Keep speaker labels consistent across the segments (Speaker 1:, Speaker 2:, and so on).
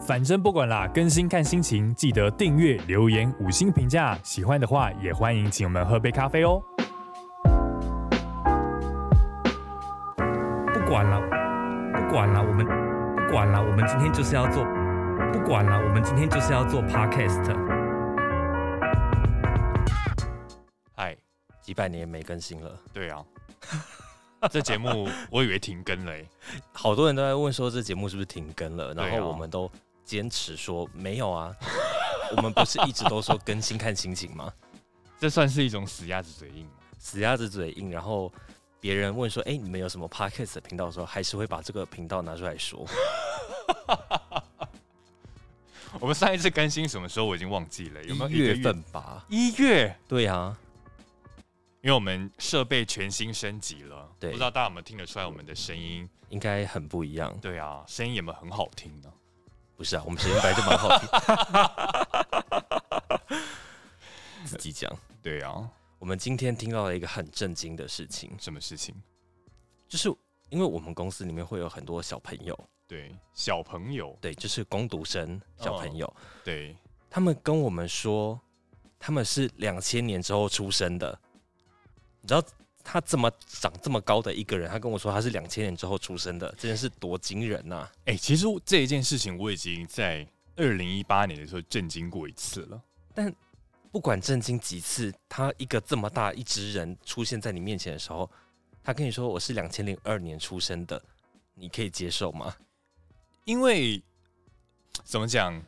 Speaker 1: 反正不管啦，更新看心情，记得订阅、留言、五星评价。喜欢的话也欢迎请我们喝杯咖啡哦。
Speaker 2: 不管了，不管了，我们不管了，我们今天就是要做，不管了，我们今天就是要做 podcast。
Speaker 3: 嗨，
Speaker 4: 几百年没更新了，
Speaker 3: 对啊， 这节目我以为停更了、欸，
Speaker 4: 好多人都在问说这节目是不是停更了，然
Speaker 3: 对啊
Speaker 4: 后我们都坚持说没有啊， 我们不是一直都说更新看心情吗？
Speaker 3: 这算是一种死鸭子嘴硬吗。
Speaker 4: 死鸭子嘴硬，然后别人问说，哎、你们有什么 podcast 的频道的时候，还是会把这个频道拿出来说。
Speaker 3: 我们上一次更新什么时候我已经忘记了，有没有
Speaker 4: 一
Speaker 3: 一个
Speaker 4: 月？份吧？
Speaker 3: 一月，
Speaker 4: 对啊，
Speaker 3: 因为我们设备全新升级了，
Speaker 4: 对
Speaker 3: 不知道大家有没有听得出来我们的声音？
Speaker 4: 应该很不一样。
Speaker 3: 对啊，声音有没有很好听呢？
Speaker 4: 不是啊，我们声音本来就蛮 好听。自己讲，
Speaker 3: 对啊，
Speaker 4: 我们今天听到了一个很震惊的事情，
Speaker 3: 什么事情？
Speaker 4: 就是因为我们公司里面会有很多小朋友，
Speaker 3: 对，小朋友，
Speaker 4: 对，就是工读生
Speaker 3: 哦
Speaker 4: 小朋友，
Speaker 3: 对，
Speaker 4: 他们跟我们说，他们是两千年之后出生的。你知道他这么长这么高的一个人，他跟我说他是两千年之后出生的，这件事多惊人呐、
Speaker 3: 哎、其实我这一件事情我已经在二零一八年的时候震惊过一次了。
Speaker 4: 不管震惊几次，他一个这么大一只人出现在你面前的时候，他跟你说我是两千零二年出生的，你可以接受吗？
Speaker 3: 因为怎么讲，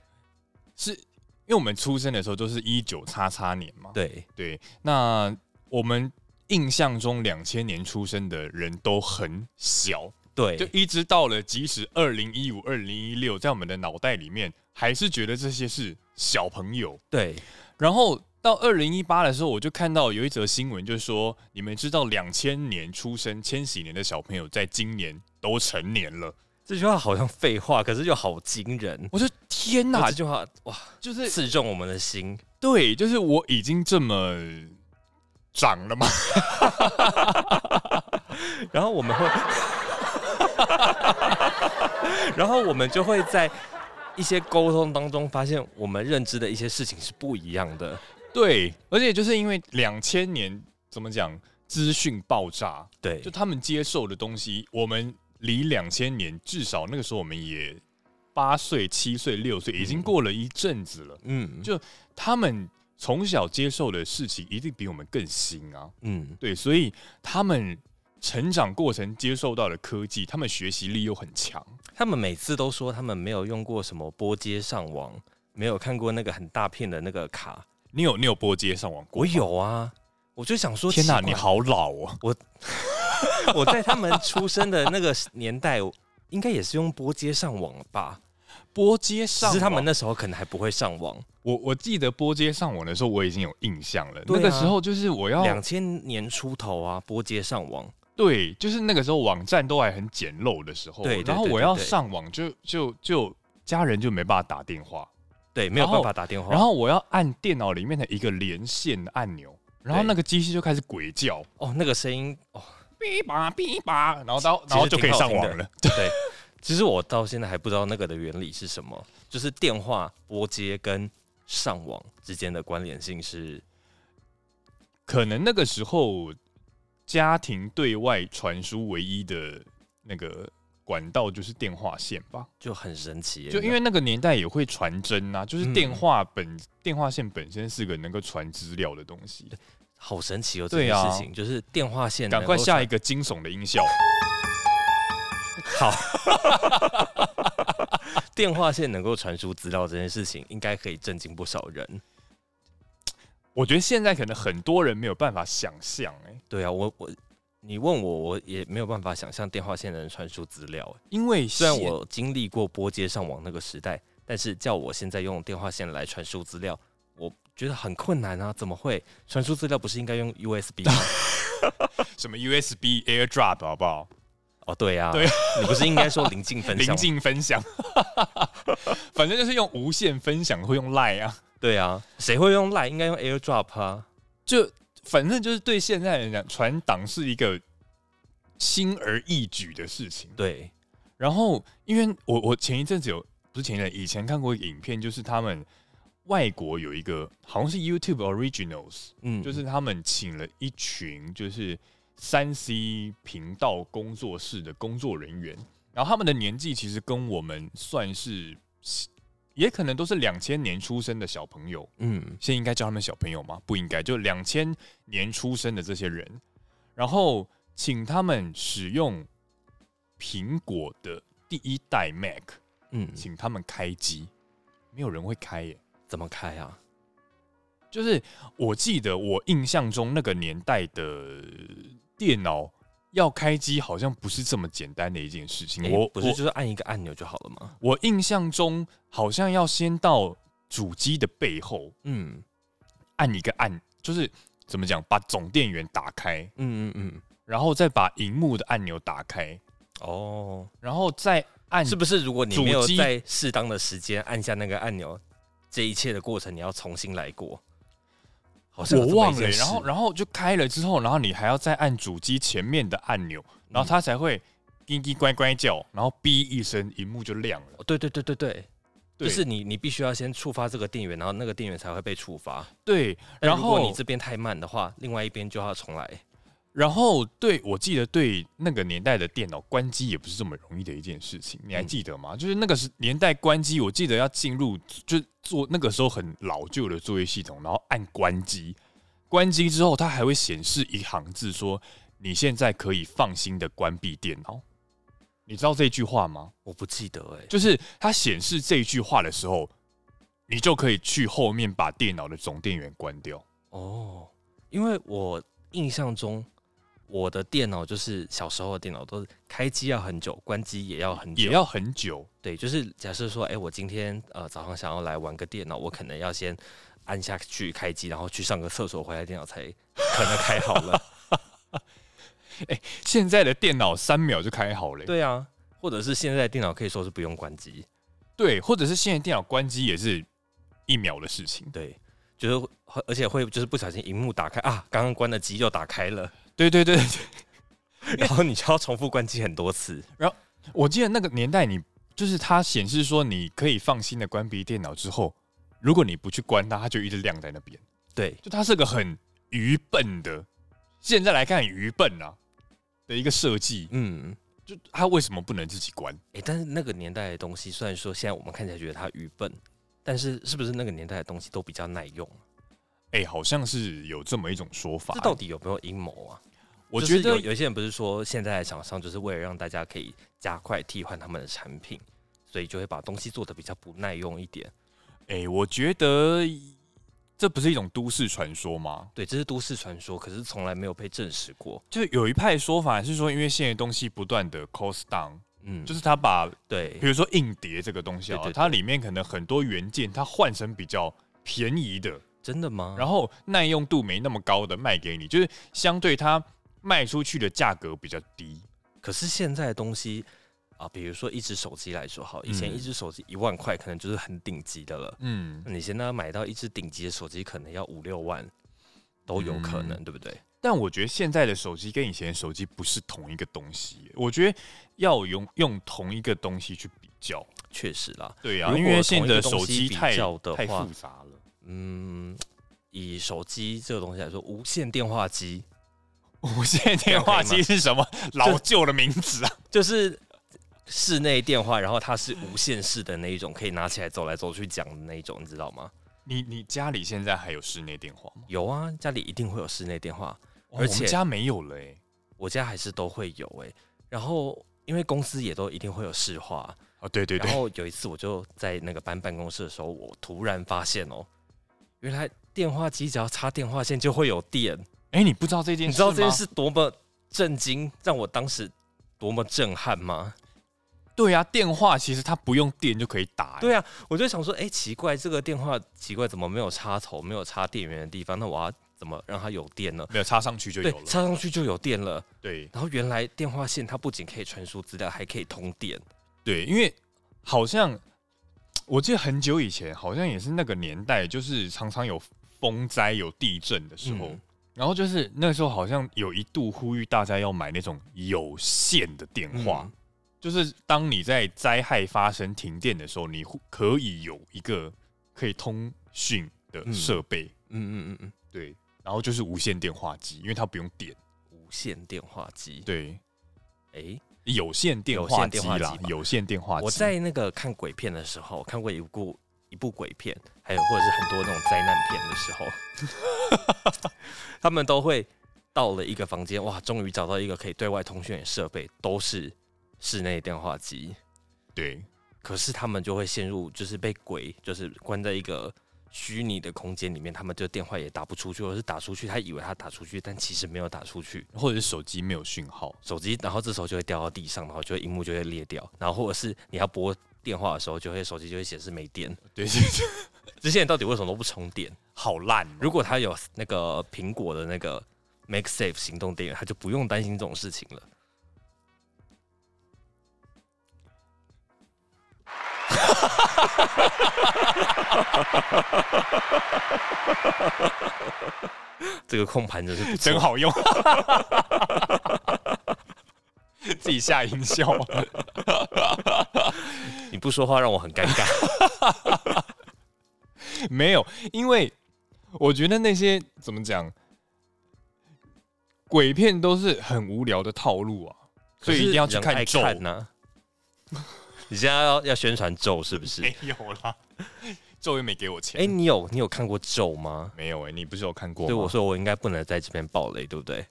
Speaker 3: 是因为我们出生的时候都是一九叉叉年嘛。
Speaker 4: 对，
Speaker 3: 对，那我们印象中两千年出生的人都很小，就
Speaker 4: 对，
Speaker 3: 一直到了即使二零一五、二零一六，在我们的脑袋里面还是觉得这些是小朋友。
Speaker 4: 对，
Speaker 3: 然后到二零一八的时候，我就看到有一则新闻，就是说你们知道两千年出生、千禧年的小朋友，在今年都成年了。
Speaker 4: 这句话好像废话，可是又好惊人。
Speaker 3: 我说天
Speaker 4: 那
Speaker 3: 哪
Speaker 4: 这，句话哇，
Speaker 3: 就是
Speaker 4: 刺中我们的心。
Speaker 3: 对，就是我已经这么长了嘛，
Speaker 4: 然后我们会， 然后我们就会在一些沟通当中发现，我们认知的一些事情是不一样的。
Speaker 3: 对，而且就是因为两千年怎么讲，资讯爆炸，
Speaker 4: 对
Speaker 3: 就，他们接受的东西，我们离两千年至少那个时候我们也八岁、七岁、六岁，已经过了一阵子了。
Speaker 4: 嗯，
Speaker 3: 就他们从小接受的事情一定比我们更新啊，
Speaker 4: 嗯，
Speaker 3: 对，所以他们成长过程接受到的科技，他们学习力又很强。
Speaker 4: 他们每次都说他们没有用过什么波接上网，没有看过那个很大片的那个卡。
Speaker 3: 你有你有拨接上网过
Speaker 4: 我
Speaker 3: 吗？
Speaker 4: 有啊，我就想说，
Speaker 3: 天哪，
Speaker 4: 奇怪
Speaker 3: 你，好老哦！
Speaker 4: 我在他们出生的那个年代，我应该也是用波接上网吧，
Speaker 3: 波接
Speaker 4: 只
Speaker 3: 上网，
Speaker 4: 是他们那时候可能还不会上网。
Speaker 3: 我我记得波接上网的时候，我已经有印象了。
Speaker 4: 对啊
Speaker 3: 那个时候就是我要
Speaker 4: 两千年出头啊，波接上网。
Speaker 3: 对，就是那个时候网站都还很简陋的时候，
Speaker 4: 对对
Speaker 3: 然后
Speaker 4: 对
Speaker 3: 我
Speaker 4: 对
Speaker 3: 要
Speaker 4: 对
Speaker 3: 上网就就就家人就没办法打电话，
Speaker 4: 对，没有
Speaker 3: 然后
Speaker 4: 办法打电话。
Speaker 3: 然后我要按电脑里面的一个连线按钮，然后那个机器就开始鬼叫，
Speaker 4: 哦，那个声音哦，
Speaker 3: 哔吧哔吧，然后到然后就可以上网了。
Speaker 4: 对，其实我到现在还不知道那个的原理是什么，就是电话拨接跟上网之间的关联性是，
Speaker 3: 可能那个时候家庭对外传输唯一的那个管道就是电话线吧。
Speaker 4: 就很神奇耶。
Speaker 3: 就因为那个年代也会传真啊，就是
Speaker 4: 嗯
Speaker 3: 电话本、电话线本身是个能够传资料的东西。
Speaker 4: 好神奇哦，这
Speaker 3: 对
Speaker 4: 件
Speaker 3: 啊
Speaker 4: 事情、就是电话线能
Speaker 3: 赶
Speaker 4: 够
Speaker 3: 快下
Speaker 4: 传
Speaker 3: 一个惊悚的音效，
Speaker 4: 电话线能够传输资料这件事情，应该可以震惊不少人。
Speaker 3: 我觉得现在可能很多人没有办法想象，哎，
Speaker 4: 对啊，我我你问我，我也没有办法想象电话线能传输资料。
Speaker 3: 因为
Speaker 4: 虽然
Speaker 3: 现
Speaker 4: 我经历过拨接上网那个时代，但是叫我现在用电话线来传输资料，我觉得很困难啊！怎么会传输资料不是应该用 USB 吗？
Speaker 3: 什么 USB AirDrop 好不好？
Speaker 4: 哦，对啊，
Speaker 3: 对啊
Speaker 4: 你不是应该说临近分 享
Speaker 3: 临
Speaker 4: 吗？
Speaker 3: 近分享，反正就是用无线分享，会用 Line 啊，
Speaker 4: 对啊，谁会用 Line？应该用 AirDrop 啊。
Speaker 3: 就反正就是对现在人讲，传档是一个轻而易举的事情。
Speaker 4: 对，
Speaker 3: 然后，因为我我前一阵子有不不是前一阵以前看过一个影片，就是他们外国有一个好像是 YouTube Originals，
Speaker 4: 嗯
Speaker 3: 就是他们请了一群就是三 C 频道工作室的工作人员，然后他们的年纪其实跟我们算是，也可能都是两千年出生的小朋友。
Speaker 4: 嗯
Speaker 3: 现在应该叫他们小朋友吗？不应该，就两千年出生的这些人，然后请他们使用苹果的第一代 Mac，
Speaker 4: 嗯，
Speaker 3: 请他们开机，没有人会开耶。
Speaker 4: 怎么开啊？
Speaker 3: 就是我记得我印象中那个年代的电脑要开机，好像不是这么简单的一件事情。
Speaker 4: 诶
Speaker 3: 我
Speaker 4: 不是
Speaker 3: 我
Speaker 4: 就是按一个按钮就好了吗？
Speaker 3: 我印象中好像要先到主机的背后
Speaker 4: 嗯
Speaker 3: 按一个按，就是怎么讲，把总电源打开，
Speaker 4: 嗯嗯嗯，
Speaker 3: 然后再把荧幕的按钮打开，
Speaker 4: 哦，
Speaker 3: 然后再按
Speaker 4: 是不是如果你
Speaker 3: 主
Speaker 4: 没有
Speaker 3: 机
Speaker 4: 在适当的时间按下那个按钮，这一切的过程你要重新来过？好像有
Speaker 3: 我
Speaker 4: 这么
Speaker 3: 忘
Speaker 4: 一
Speaker 3: 了
Speaker 4: 件
Speaker 3: 欸，然后
Speaker 4: 事
Speaker 3: 然后就开了之后，然后你还要再按主机前面的按钮，然后它才会叽叽乖乖叫，然后哔一声，荧幕就亮了。
Speaker 4: 哦对对对对对，
Speaker 3: 对
Speaker 4: 就是你你必须要先触发这个电源，然后那个电源才会被触发。
Speaker 3: 对，
Speaker 4: 但
Speaker 3: 然
Speaker 4: 如果
Speaker 3: 后
Speaker 4: 你这边太慢的话，另外一边就要重来。
Speaker 3: 然后对我记得对那个年代的电脑关机也不是这么容易的一件事情，你还
Speaker 4: 嗯
Speaker 3: 记得吗？就是那个是年代关机，我记得要进入就做那个时候很老旧的作业系统，然后按关机，关机之后它还会显示一行字说你现在可以放心的关闭电脑。你知道这句话吗？
Speaker 4: 我不记得哎、
Speaker 3: 就是它显示这句话的时候，你就可以去后面把电脑的总电源关掉。
Speaker 4: 哦，因为我印象中我的电脑就是小时候的电脑都是开机要很久，关机也要很久。
Speaker 3: 也要很久，
Speaker 4: 对，就是假设说，哎、我今天呃早上想要来玩个电脑，我可能要先按下去开机，然后去上个厕所，回来电脑才可能开好 了。
Speaker 3: 现在的电脑三秒就开好了、
Speaker 4: 对啊，或者是现在的电脑可以说是不用关机。
Speaker 3: 对，或者是现在电脑关机也是一秒的事情。
Speaker 4: 对，就是会而且会就是不小心荧幕打开啊，刚刚关的机又打开了，
Speaker 3: 对对对，
Speaker 4: 然后你就要重复关机很多次。
Speaker 3: 我记得那个年代你，就是它显示说你可以放心的关闭电脑之后，如果你不去关它，它就一直亮在那边。
Speaker 4: 对，
Speaker 3: 就它是个很愚笨的，现在来看很愚笨啊的一个设计。
Speaker 4: 嗯，
Speaker 3: 就它为什么不能自己关？
Speaker 4: 哎、但是那个年代的东西，虽然说现在我们看起来觉得它愚笨，但是是不是那个年代的东西都比较耐用？啊
Speaker 3: 哎、好像是有这么一种说法
Speaker 4: 这。到底有没有阴谋啊？
Speaker 3: 我
Speaker 4: 就是
Speaker 3: 觉得
Speaker 4: 有有一些人不是说现在的厂商就是为了让大家可以加快替换他们的产品，所以就会把东西做的比较不耐用一点。
Speaker 3: 哎、我觉得这不是一种都市传说吗？
Speaker 4: 对，这是都市传说，可是从来没有被证实过。
Speaker 3: 就有一派说法是说，因为现在东西不断的 cost down，
Speaker 4: 嗯，
Speaker 3: 就是是他把
Speaker 4: 对
Speaker 3: 比，如说硬碟这个东西啊
Speaker 4: 对对，对
Speaker 3: 它里面可能很多元件，它换成比较便宜的，
Speaker 4: 真的吗？
Speaker 3: 然
Speaker 4: 后
Speaker 3: 后耐用度没那么高的卖给你，就是相对它卖出去的价格比较低。
Speaker 4: 可是现在的东西啊，比如说一只手机来说好，以前
Speaker 3: 嗯
Speaker 4: 一只手机一万块可能就是很顶级的了。
Speaker 3: 嗯，
Speaker 4: 你现在要买到一只顶级的手机，可能要五六万都有可
Speaker 3: 嗯
Speaker 4: 能，对不对？
Speaker 3: 但我觉得现在的手机跟以前的手机不是同一个东西，我觉得要用用同一个东西去比较。
Speaker 4: 确实啦，
Speaker 3: 对啊，
Speaker 4: 如果
Speaker 3: 因为现在的手机
Speaker 4: 同
Speaker 3: 太
Speaker 4: 一个东西比较的
Speaker 3: 太
Speaker 4: 话
Speaker 3: 复杂了。
Speaker 4: 嗯，以手机这个东西来说，无线电话机
Speaker 3: 无线电话机是什么 老旧的名字啊？
Speaker 4: 就是室内电话，然后它是无线式的那一种，可以拿起来走来走去讲的那一种，你知道吗？
Speaker 3: 你你家里现在还有室内电话吗？
Speaker 4: 有啊，家里一定会有室内电话，
Speaker 3: 哇哦
Speaker 4: 而
Speaker 3: 我
Speaker 4: 且
Speaker 3: 们家没有了哎、
Speaker 4: 我家还是都会有哎、然后因为公司也都一定会有市话，
Speaker 3: 哦，对对对
Speaker 4: 然，后有一次我就在那个搬办公室的时候，我突然发现哦、原来电话机只要插电话线就会有电，
Speaker 3: 哎、你不知道这件事
Speaker 4: 你知道这件
Speaker 3: 吗？
Speaker 4: 事多么震惊，让我当时多么震撼吗？
Speaker 3: 对啊，电话其实它不用电就可以打、哎
Speaker 4: 对啊，我就想说，哎、奇怪，这个电话奇怪，怎么没有插头，没有插电源的地方？那我要怎么让它有电呢？
Speaker 3: 没有插上去就
Speaker 4: 对
Speaker 3: 有，了。
Speaker 4: 插上去就有电了。
Speaker 3: 对
Speaker 4: 然后原来电话线它不仅可以传输资料，还可以通电。
Speaker 3: 对，因为好像我记得很久以前，好像也是那个年代，就是常常有风灾、有地震的时候，
Speaker 4: 嗯
Speaker 3: 然后就是那时候好像有一度呼吁大家要买那种有线的电话，
Speaker 4: 嗯
Speaker 3: 就是当你在灾害发生、停电的时候，你会可以有一个可以通讯的
Speaker 4: 嗯
Speaker 3: 设备，
Speaker 4: 嗯嗯嗯嗯，
Speaker 3: 对，然后就是无线电话机，因为它不用电，
Speaker 4: 无线电话机，
Speaker 3: 对，
Speaker 4: 哎，
Speaker 3: 有线电话机
Speaker 4: 有线电话
Speaker 3: 啦
Speaker 4: 机，吧
Speaker 3: 有线电话机。
Speaker 4: 我在那个看鬼片的时候，看过一部一部鬼片，还有或者是很多那种灾难片的时候， 他们都会到了一个房间，哇，终于找到一个可以对外通讯的设备，都是室内电话机。
Speaker 3: 对
Speaker 4: 可是他们就会陷入，就是被鬼，就是关在一个虚拟的空间里面，他们就电话也打不出去，或者是打出去，他以为他打出去，但其实没有打出去。
Speaker 3: 或者是手机没有讯号，
Speaker 4: 手机，然后这时候就会掉到地上，然后就会荧幕就会裂掉，然后或者是你要拨电话的时候，就会手机就会显示没电。
Speaker 3: 对，就是
Speaker 4: 这些人到底为什么都不充电？
Speaker 3: 好烂哦、
Speaker 4: 如果他有那个苹果的那个 Make Safe 行动电源，他就不用担心这种事情了。 这个控盘真是不错
Speaker 3: 真好用，自己下音效。
Speaker 4: 你不说话让我很尴尬。
Speaker 3: 没有，因为我觉得那些怎么讲，鬼片都是很无聊的套路啊，所以一定要去
Speaker 4: 可是人爱
Speaker 3: 看咒。
Speaker 4: 看呢、你现在要要宣传咒是不是？哎、
Speaker 3: 没有啦，咒又没给我钱。
Speaker 4: 你有你有看过咒吗？
Speaker 3: 没有哎、你不是有看过吗？
Speaker 4: 对，我说我应该不能在这边暴雷，对不对？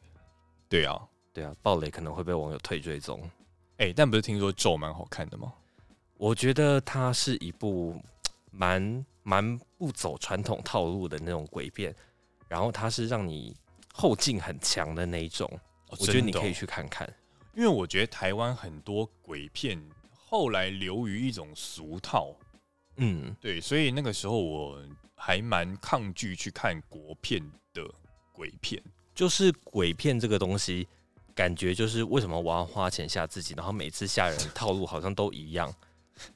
Speaker 3: 对啊，
Speaker 4: 对啊，暴雷可能会被网友退追踪。
Speaker 3: 哎、但不是听说咒蛮好看的吗？
Speaker 4: 我觉得它是一部蛮蛮不走传统套路的那种鬼片，然后它是让你后劲很强的那一种，哦
Speaker 3: 哦
Speaker 4: 我觉得你可以
Speaker 3: 去。
Speaker 4: 去看看。
Speaker 3: 因为我觉得台湾很多鬼片后来流于一种俗套，
Speaker 4: 嗯，
Speaker 3: 对，所以那个时候我还蛮抗拒去看国片的鬼片，
Speaker 4: 就是鬼片这个东西，感觉就是为什么我要花钱吓自己，然后每次吓人套路好像都一样。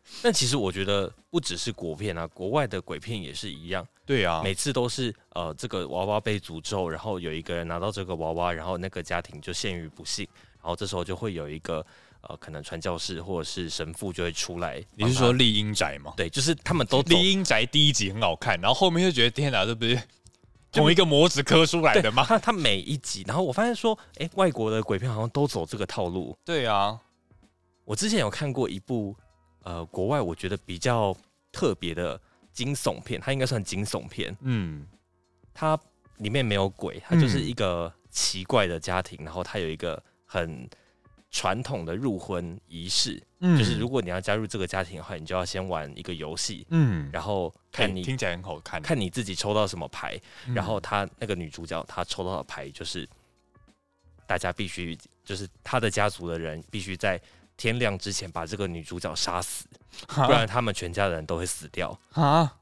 Speaker 4: 但其实我觉得不只是国片啊，国外的鬼片也是一样。
Speaker 3: 对啊，
Speaker 4: 每次都是呃，这个娃娃被诅咒，然后有一个人拿到这个娃娃，然后那个家庭就陷于不幸，然后这时候就会有一个呃，可能传教士或者是神父就会出来帮他。
Speaker 3: 你是说丽英宅吗？
Speaker 4: 对，就是他们都
Speaker 3: 丽
Speaker 4: 走
Speaker 3: 英宅第一集很好看，然后后面就觉得天哪，这 不是同一个模子刻出来
Speaker 4: 对
Speaker 3: 的吗？
Speaker 4: 他他每一集，然后我发现说，哎、外国的鬼片好像都走这个套路。
Speaker 3: 对啊，
Speaker 4: 我之前有看过一部呃，国外我觉得比较特别的惊悚片，它应该算惊悚片，
Speaker 3: 嗯，
Speaker 4: 它里面没有鬼，它就是一个奇怪的家庭，然后它有一个很传统的入婚仪式，
Speaker 3: 嗯
Speaker 4: 就是如果你要加入这个家庭的话，你就要先玩一个游戏，
Speaker 3: 嗯，
Speaker 4: 然后看
Speaker 3: 看
Speaker 4: 你
Speaker 3: 听起来很好看，
Speaker 4: 看你自己抽到什么牌，
Speaker 3: 嗯
Speaker 4: 然后她那个女主角她抽到的牌就是大家必须就是她的家族的人必须在天亮之前把这个女主角杀死，
Speaker 3: 哈
Speaker 4: 不然他们全家人都会死掉。
Speaker 3: 啊！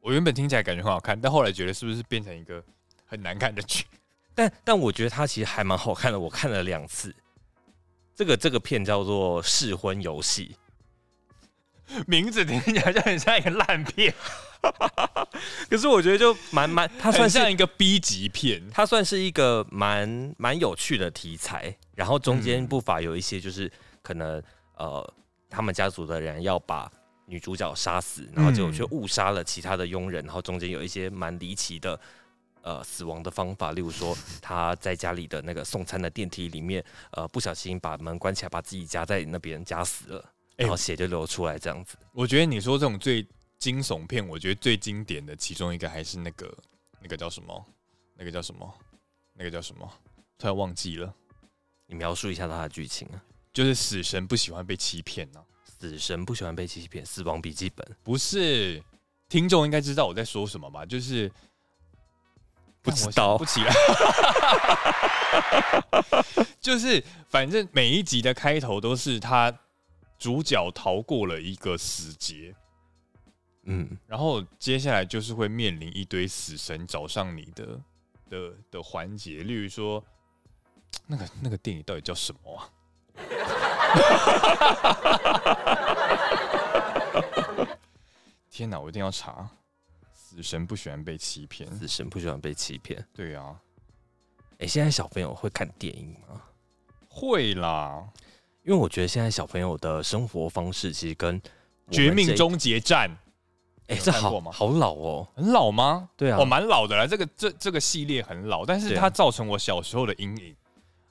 Speaker 3: 我原本听起来感觉很好看，但后来觉得是不是变成一个很难看的剧？
Speaker 4: 但但我觉得它其实还蛮好看的，我看了两次。这个这个片叫做《试婚游戏
Speaker 3: 名字听起来就很像一个烂片，》，
Speaker 4: 可是我觉得就蛮蛮，它算
Speaker 3: 很
Speaker 4: 是
Speaker 3: 像一个 B 级片。
Speaker 4: 它算是一个蛮蛮有趣的题材，然后中间
Speaker 3: 嗯
Speaker 4: 不乏有一些就是可能呃，他们家族的人要把女主角杀死，然后结果却
Speaker 3: 嗯
Speaker 4: 误杀了其他的佣人，然后中间有一些蛮离奇的呃死亡的方法，例如说他在家里的那个送餐的电梯里面，呃不小心把门关起来，把自己夹在那边夹死了，
Speaker 3: 哎
Speaker 4: 然后血就流出来这样子。
Speaker 3: 我觉得你说这种最惊悚片，我觉得最经典的其中一个还是那个那个叫什么？那个叫什么？那个叫什么？突然忘记了，
Speaker 4: 你描述一下它的剧情啊，
Speaker 3: 就是死神不喜欢被欺骗呢、
Speaker 4: 死神不喜欢被欺骗，死亡笔记本。
Speaker 3: 不是？听众应该知道我在说什么吧？就是
Speaker 4: 不
Speaker 3: 但我
Speaker 4: 知道
Speaker 3: 想不起来。 就是反正每一集的开头都是他主角逃过了一个死劫，
Speaker 4: 嗯，
Speaker 3: 然后接下来就是会面临一堆死神找上你的的的环节，例如说，那个那个电影到底叫什么啊？ 天哪，我一定要查！死神不喜欢被欺骗，
Speaker 4: 死神不喜欢被欺骗。
Speaker 3: 对啊，
Speaker 4: 哎、现在小朋友会看电影吗？
Speaker 3: 会啦，
Speaker 4: 因为我觉得现在小朋友的生活方式其实跟我们
Speaker 3: 绝
Speaker 4: 这
Speaker 3: 命
Speaker 4: 一，
Speaker 3: 终结战》
Speaker 4: 哎、
Speaker 3: 有
Speaker 4: 这
Speaker 3: 看过
Speaker 4: 好
Speaker 3: 吗
Speaker 4: 好老哦，
Speaker 3: 很老吗？
Speaker 4: 对啊
Speaker 3: 哦，蛮老的啦。这个这这个系列很老，但是
Speaker 4: 对啊
Speaker 3: 它造成我小时候的阴影，因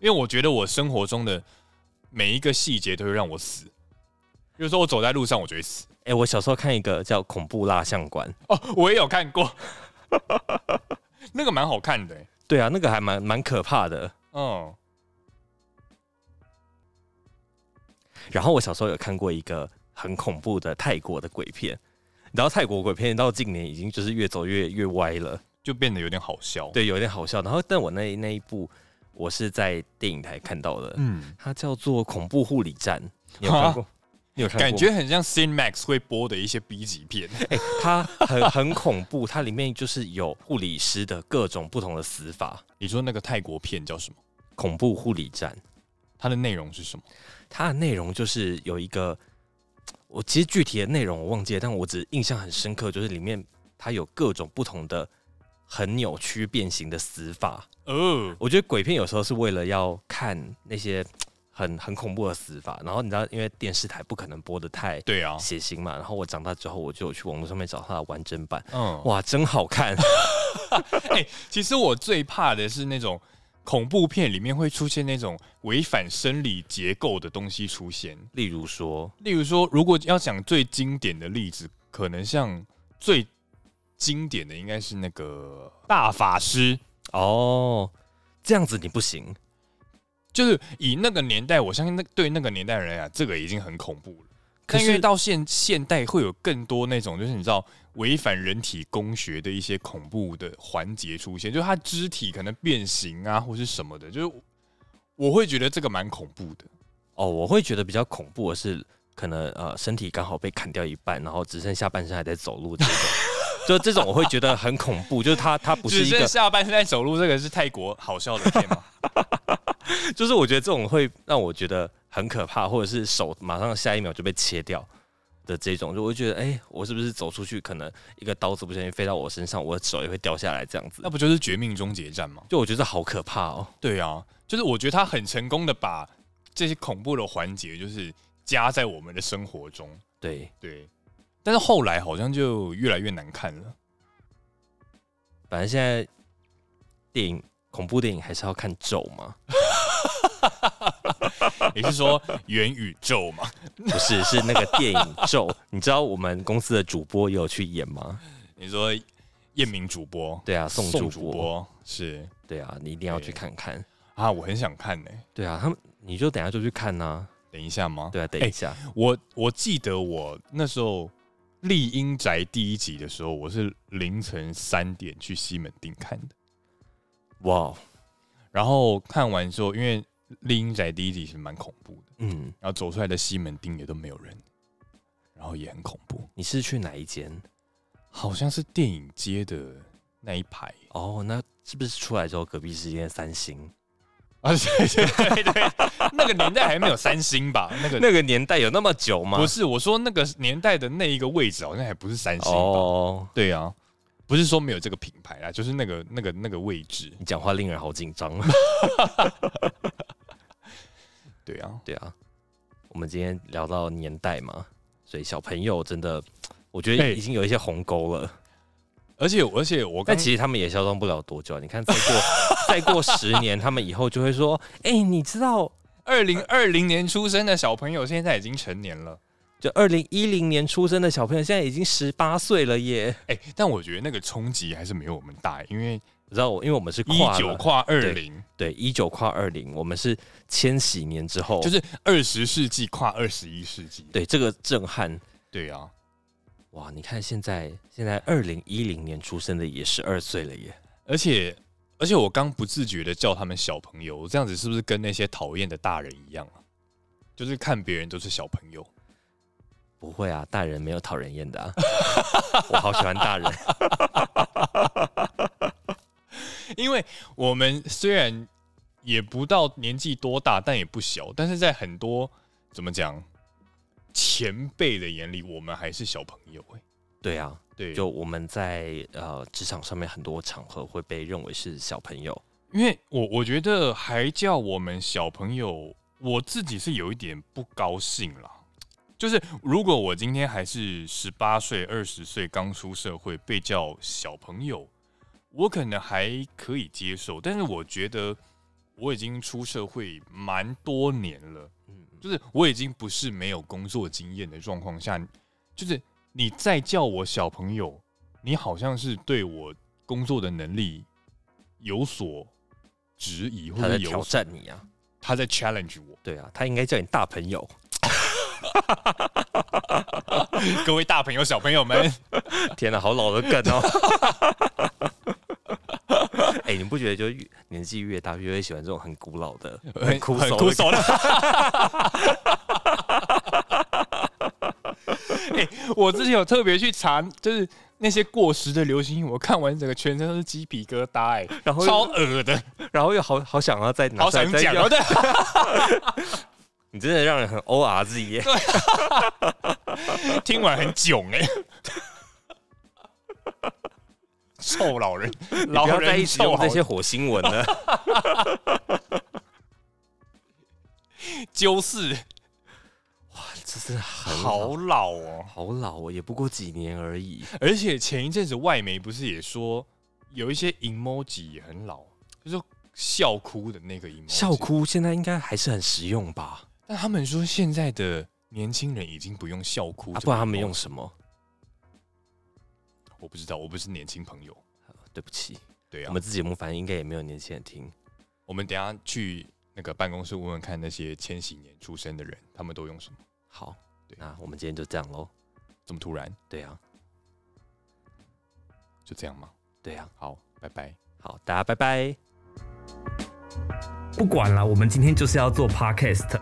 Speaker 3: 为我觉得我生活中的每一个细节都会让我死。比如说我走在路上，我就会死。
Speaker 4: 哎、我小时候看一个叫《恐怖蜡像馆》，
Speaker 3: 哦，我也有看过， 那个蛮好看的欸、
Speaker 4: 对啊，那个还蛮蛮可怕的。
Speaker 3: 嗯，
Speaker 4: 然后我小时候有看过一个很恐怖的泰国的鬼片，然后泰国鬼片到近年已经就是越走越越歪了，
Speaker 3: 就变得有点好笑。，
Speaker 4: 对，有点好笑。然后但我那那一部我是在电影台看到的，
Speaker 3: 嗯，
Speaker 4: 它叫做《恐怖护理站》，你有看过？你有看过吗？
Speaker 3: 感觉很像 Cinemax 会播的一些 B 级片。
Speaker 4: 哎、它很 很恐怖，它里面就是有护理师的各种不同的死法。
Speaker 3: 你说那个泰国片叫什么？
Speaker 4: 恐怖护理站，
Speaker 3: 它的内容是什么？
Speaker 4: 它的内容就是有一个，我其实具体的内容我忘记了，但我只印象很深刻，就是里面它有各种不同的很扭曲变形的死法。
Speaker 3: 哦，
Speaker 4: 我觉得鬼片有时候是为了要看那些很很恐怖的死法，然后你知道，因为电视台不可能播的太
Speaker 3: 对啊，
Speaker 4: 血腥嘛，然后我长大之后我就有去网络上面找它的完整版，
Speaker 3: 嗯，
Speaker 4: 哇，真好看！
Speaker 3: 其实我最怕的是那种恐怖片里面会出现那种违反生理结构的东西出现。
Speaker 4: 例如说，
Speaker 3: 例如说，如果要讲最经典的例子，可能像最经典的应该是那个大法师，
Speaker 4: 哦，这样子你不行，
Speaker 3: 就是以那个年代，我相信那对那个年代的人来讲，这个已经很恐怖了。
Speaker 4: 可
Speaker 3: 但因为
Speaker 4: 是
Speaker 3: 到现现代会有更多那种，就是你知道违反人体工学的一些恐怖的环节出现，就是他肢体可能变形啊，或是什么的，就是我会觉得这个蛮恐怖的。
Speaker 4: 哦，我会觉得比较恐怖的是，可能呃身体刚好被砍掉一半，然后只剩下半身还在走路这种，就这种我会觉得很恐怖，就是它它不是
Speaker 3: 只
Speaker 4: 一
Speaker 3: 剩
Speaker 4: 个，
Speaker 3: 下半身在走路，这个是泰国好笑的片吗？
Speaker 4: 就是我觉得这种会让我觉得很可怕，或者是手马上下一秒就被切掉。的这种，就我会觉得，哎、我是不是走出去，可能一个刀子不小心飞到我身上，我的手也会掉下来，这样子
Speaker 3: 啊那。不就是《绝命终结战》吗？
Speaker 4: 就我觉得好可怕哦。
Speaker 3: 对啊，就是我觉得他很成功的把这些恐怖的环节，就是加在我们的生活中。
Speaker 4: 对，
Speaker 3: 对，但是后来好像就越来越难看了。
Speaker 4: 反正现在电影恐怖电影还是要看咒嘛，
Speaker 3: 你是说 元宇宙嘛？
Speaker 4: 不是，是那个电影咒。 你知道我们公司的主播也有去演吗？
Speaker 3: 你说燕明主播，
Speaker 4: 对啊，宋主
Speaker 3: 宋主
Speaker 4: 播，
Speaker 3: 播是
Speaker 4: 对啊，你一定要去
Speaker 3: 对
Speaker 4: 看看。
Speaker 3: 啊，我很想看呢、
Speaker 4: 对啊，他们你就等一下就去看呐、
Speaker 3: 等一下吗？
Speaker 4: 对啊，等一下，
Speaker 3: 我我记得我那时候《丽英宅》第一集的时候，我是凌晨三点去西门町看的。
Speaker 4: 哇，哦
Speaker 3: 然后看完之后，因为《丽英宅》第一集是蛮恐怖的，
Speaker 4: 嗯，
Speaker 3: 然后走出来的西门町也都没有人，然后也很恐怖，
Speaker 4: 你是去哪一间？
Speaker 3: 好像是电影街的那一排
Speaker 4: 哦，那是不是出来之后隔壁是一间三星？
Speaker 3: 啊，对对对对，那个年代还没有三星吧？那个
Speaker 4: 那个年代有那么久吗
Speaker 3: 不？是我说那个年代的那一个位置好像还不是三星吧？
Speaker 4: 哦，
Speaker 3: 对啊，不是说没有这个品牌啦，就是那个那个那个位置，
Speaker 4: 你讲话令人好紧张。啊
Speaker 3: 对啊，
Speaker 4: 对啊，我们今天聊到年代嘛，所以小朋友真的，我觉
Speaker 3: 哎
Speaker 4: 得已经有一些鸿沟了。
Speaker 3: 而且而且我刚
Speaker 4: 但其实他们也嚣张不了多久。你看，再过 再过十年，他们以后就会说：“哎、你知道，
Speaker 3: 二零二零年出生的小朋友现在已经成年了。
Speaker 4: 就二零一零年出生的小朋友现在已经十八岁了耶
Speaker 3: 哎、但我觉得那个冲击还是没有我们大，因为！”
Speaker 4: 你知道我，因为我们是
Speaker 3: 一
Speaker 4: 跨
Speaker 3: 九
Speaker 4: 了
Speaker 3: 跨二零，
Speaker 4: 对一九跨二零，我们是千禧年之后，
Speaker 3: 就是二十世纪跨二十一世纪。
Speaker 4: 对这个震撼
Speaker 3: 对啊，
Speaker 4: 哇！你看现在现在二零一零年出生的也十二岁了耶，
Speaker 3: 而且而且我刚不自觉的叫他们小朋友，我这样子是不是跟那些讨厌的大人一样啊？就是看别人都是小朋友，
Speaker 4: 不会啊，大人没有讨人 厌的、啊，我好喜欢大人，
Speaker 3: 因为我们虽然也不到年纪多大，但也不小，但是在很多怎么讲前辈的眼里，我们还是小朋友哎、
Speaker 4: 对啊。
Speaker 3: 对，
Speaker 4: 就我们在呃职场上面很多场合会被认为是小朋友，
Speaker 3: 因为我我觉得还叫我们小朋友我自己是有一点不高兴啦。就是如果我今天还是十八岁、二十岁刚出社会，被叫小朋友，我可能还可以接受。但是我觉得我已经出社会蛮多年了，
Speaker 4: 嗯，
Speaker 3: 就是我已经不是没有工作经验的状况下，就是你再叫我小朋友，你好像是对我工作的能力有所质疑，或
Speaker 4: 他
Speaker 3: 者
Speaker 4: 在
Speaker 3: 有
Speaker 4: 挑
Speaker 3: 所
Speaker 4: 战你啊，
Speaker 3: 他在 challenge 我。
Speaker 4: 对啊，他应该叫你大 朋友。
Speaker 3: 各位大朋友、小朋友们，
Speaker 4: 天哪，好老的梗哦！ 哎、你不觉得就越年纪越大，越会喜欢这种 很古老的、
Speaker 3: 很
Speaker 4: 枯
Speaker 3: 很
Speaker 4: 手
Speaker 3: 枯
Speaker 4: 的
Speaker 3: 手的。 哎、我之前有特别去查，就是那些过时的流行音乐，我看完整个全身都是鸡皮疙瘩、哎，
Speaker 4: 然后
Speaker 3: 超恶的，
Speaker 4: 然后又好好想要再拿
Speaker 3: 好
Speaker 4: 出来
Speaker 3: 想
Speaker 4: 再
Speaker 3: 讲
Speaker 4: 用
Speaker 3: 哦。对，
Speaker 4: 你真的让人很 O R Z 耶！
Speaker 3: 听完很囧哎、臭老人，
Speaker 4: 你
Speaker 3: 老
Speaker 4: 不要再
Speaker 3: 人
Speaker 4: 一直
Speaker 3: 臭
Speaker 4: 用
Speaker 3: 好
Speaker 4: 这些火星文 了。
Speaker 3: 揪是
Speaker 4: 这是很老
Speaker 3: 好老哦。
Speaker 4: 好老哦，也不过几年而已。
Speaker 3: 而且前一阵子外媒不是也说有一些 emoji 也很老，就是笑哭的那个 emoji，
Speaker 4: 笑哭现在应该还是很实用吧？
Speaker 3: 但他们说现在的年轻人已经不用笑哭
Speaker 4: 啊，
Speaker 3: 这个 emoji，
Speaker 4: 不然他们用什么？
Speaker 3: 我不知道，我不是年轻朋友。
Speaker 4: 对不起，
Speaker 3: 对啊，
Speaker 4: 我
Speaker 3: 我们
Speaker 4: 们自己节目反正应该也没有年轻人听。
Speaker 3: 我们等一下去那个办公室问问看那些千禧年出生的人，他们都用什么？
Speaker 4: 好，
Speaker 3: 对
Speaker 4: 那我们今天就这样喽。
Speaker 3: 这么突然
Speaker 4: 对啊，
Speaker 3: 就这样吗？
Speaker 4: 对啊，
Speaker 3: 好，拜拜。
Speaker 4: 好，大家拜拜。
Speaker 2: 不管了，我们今天就是要做 podcast。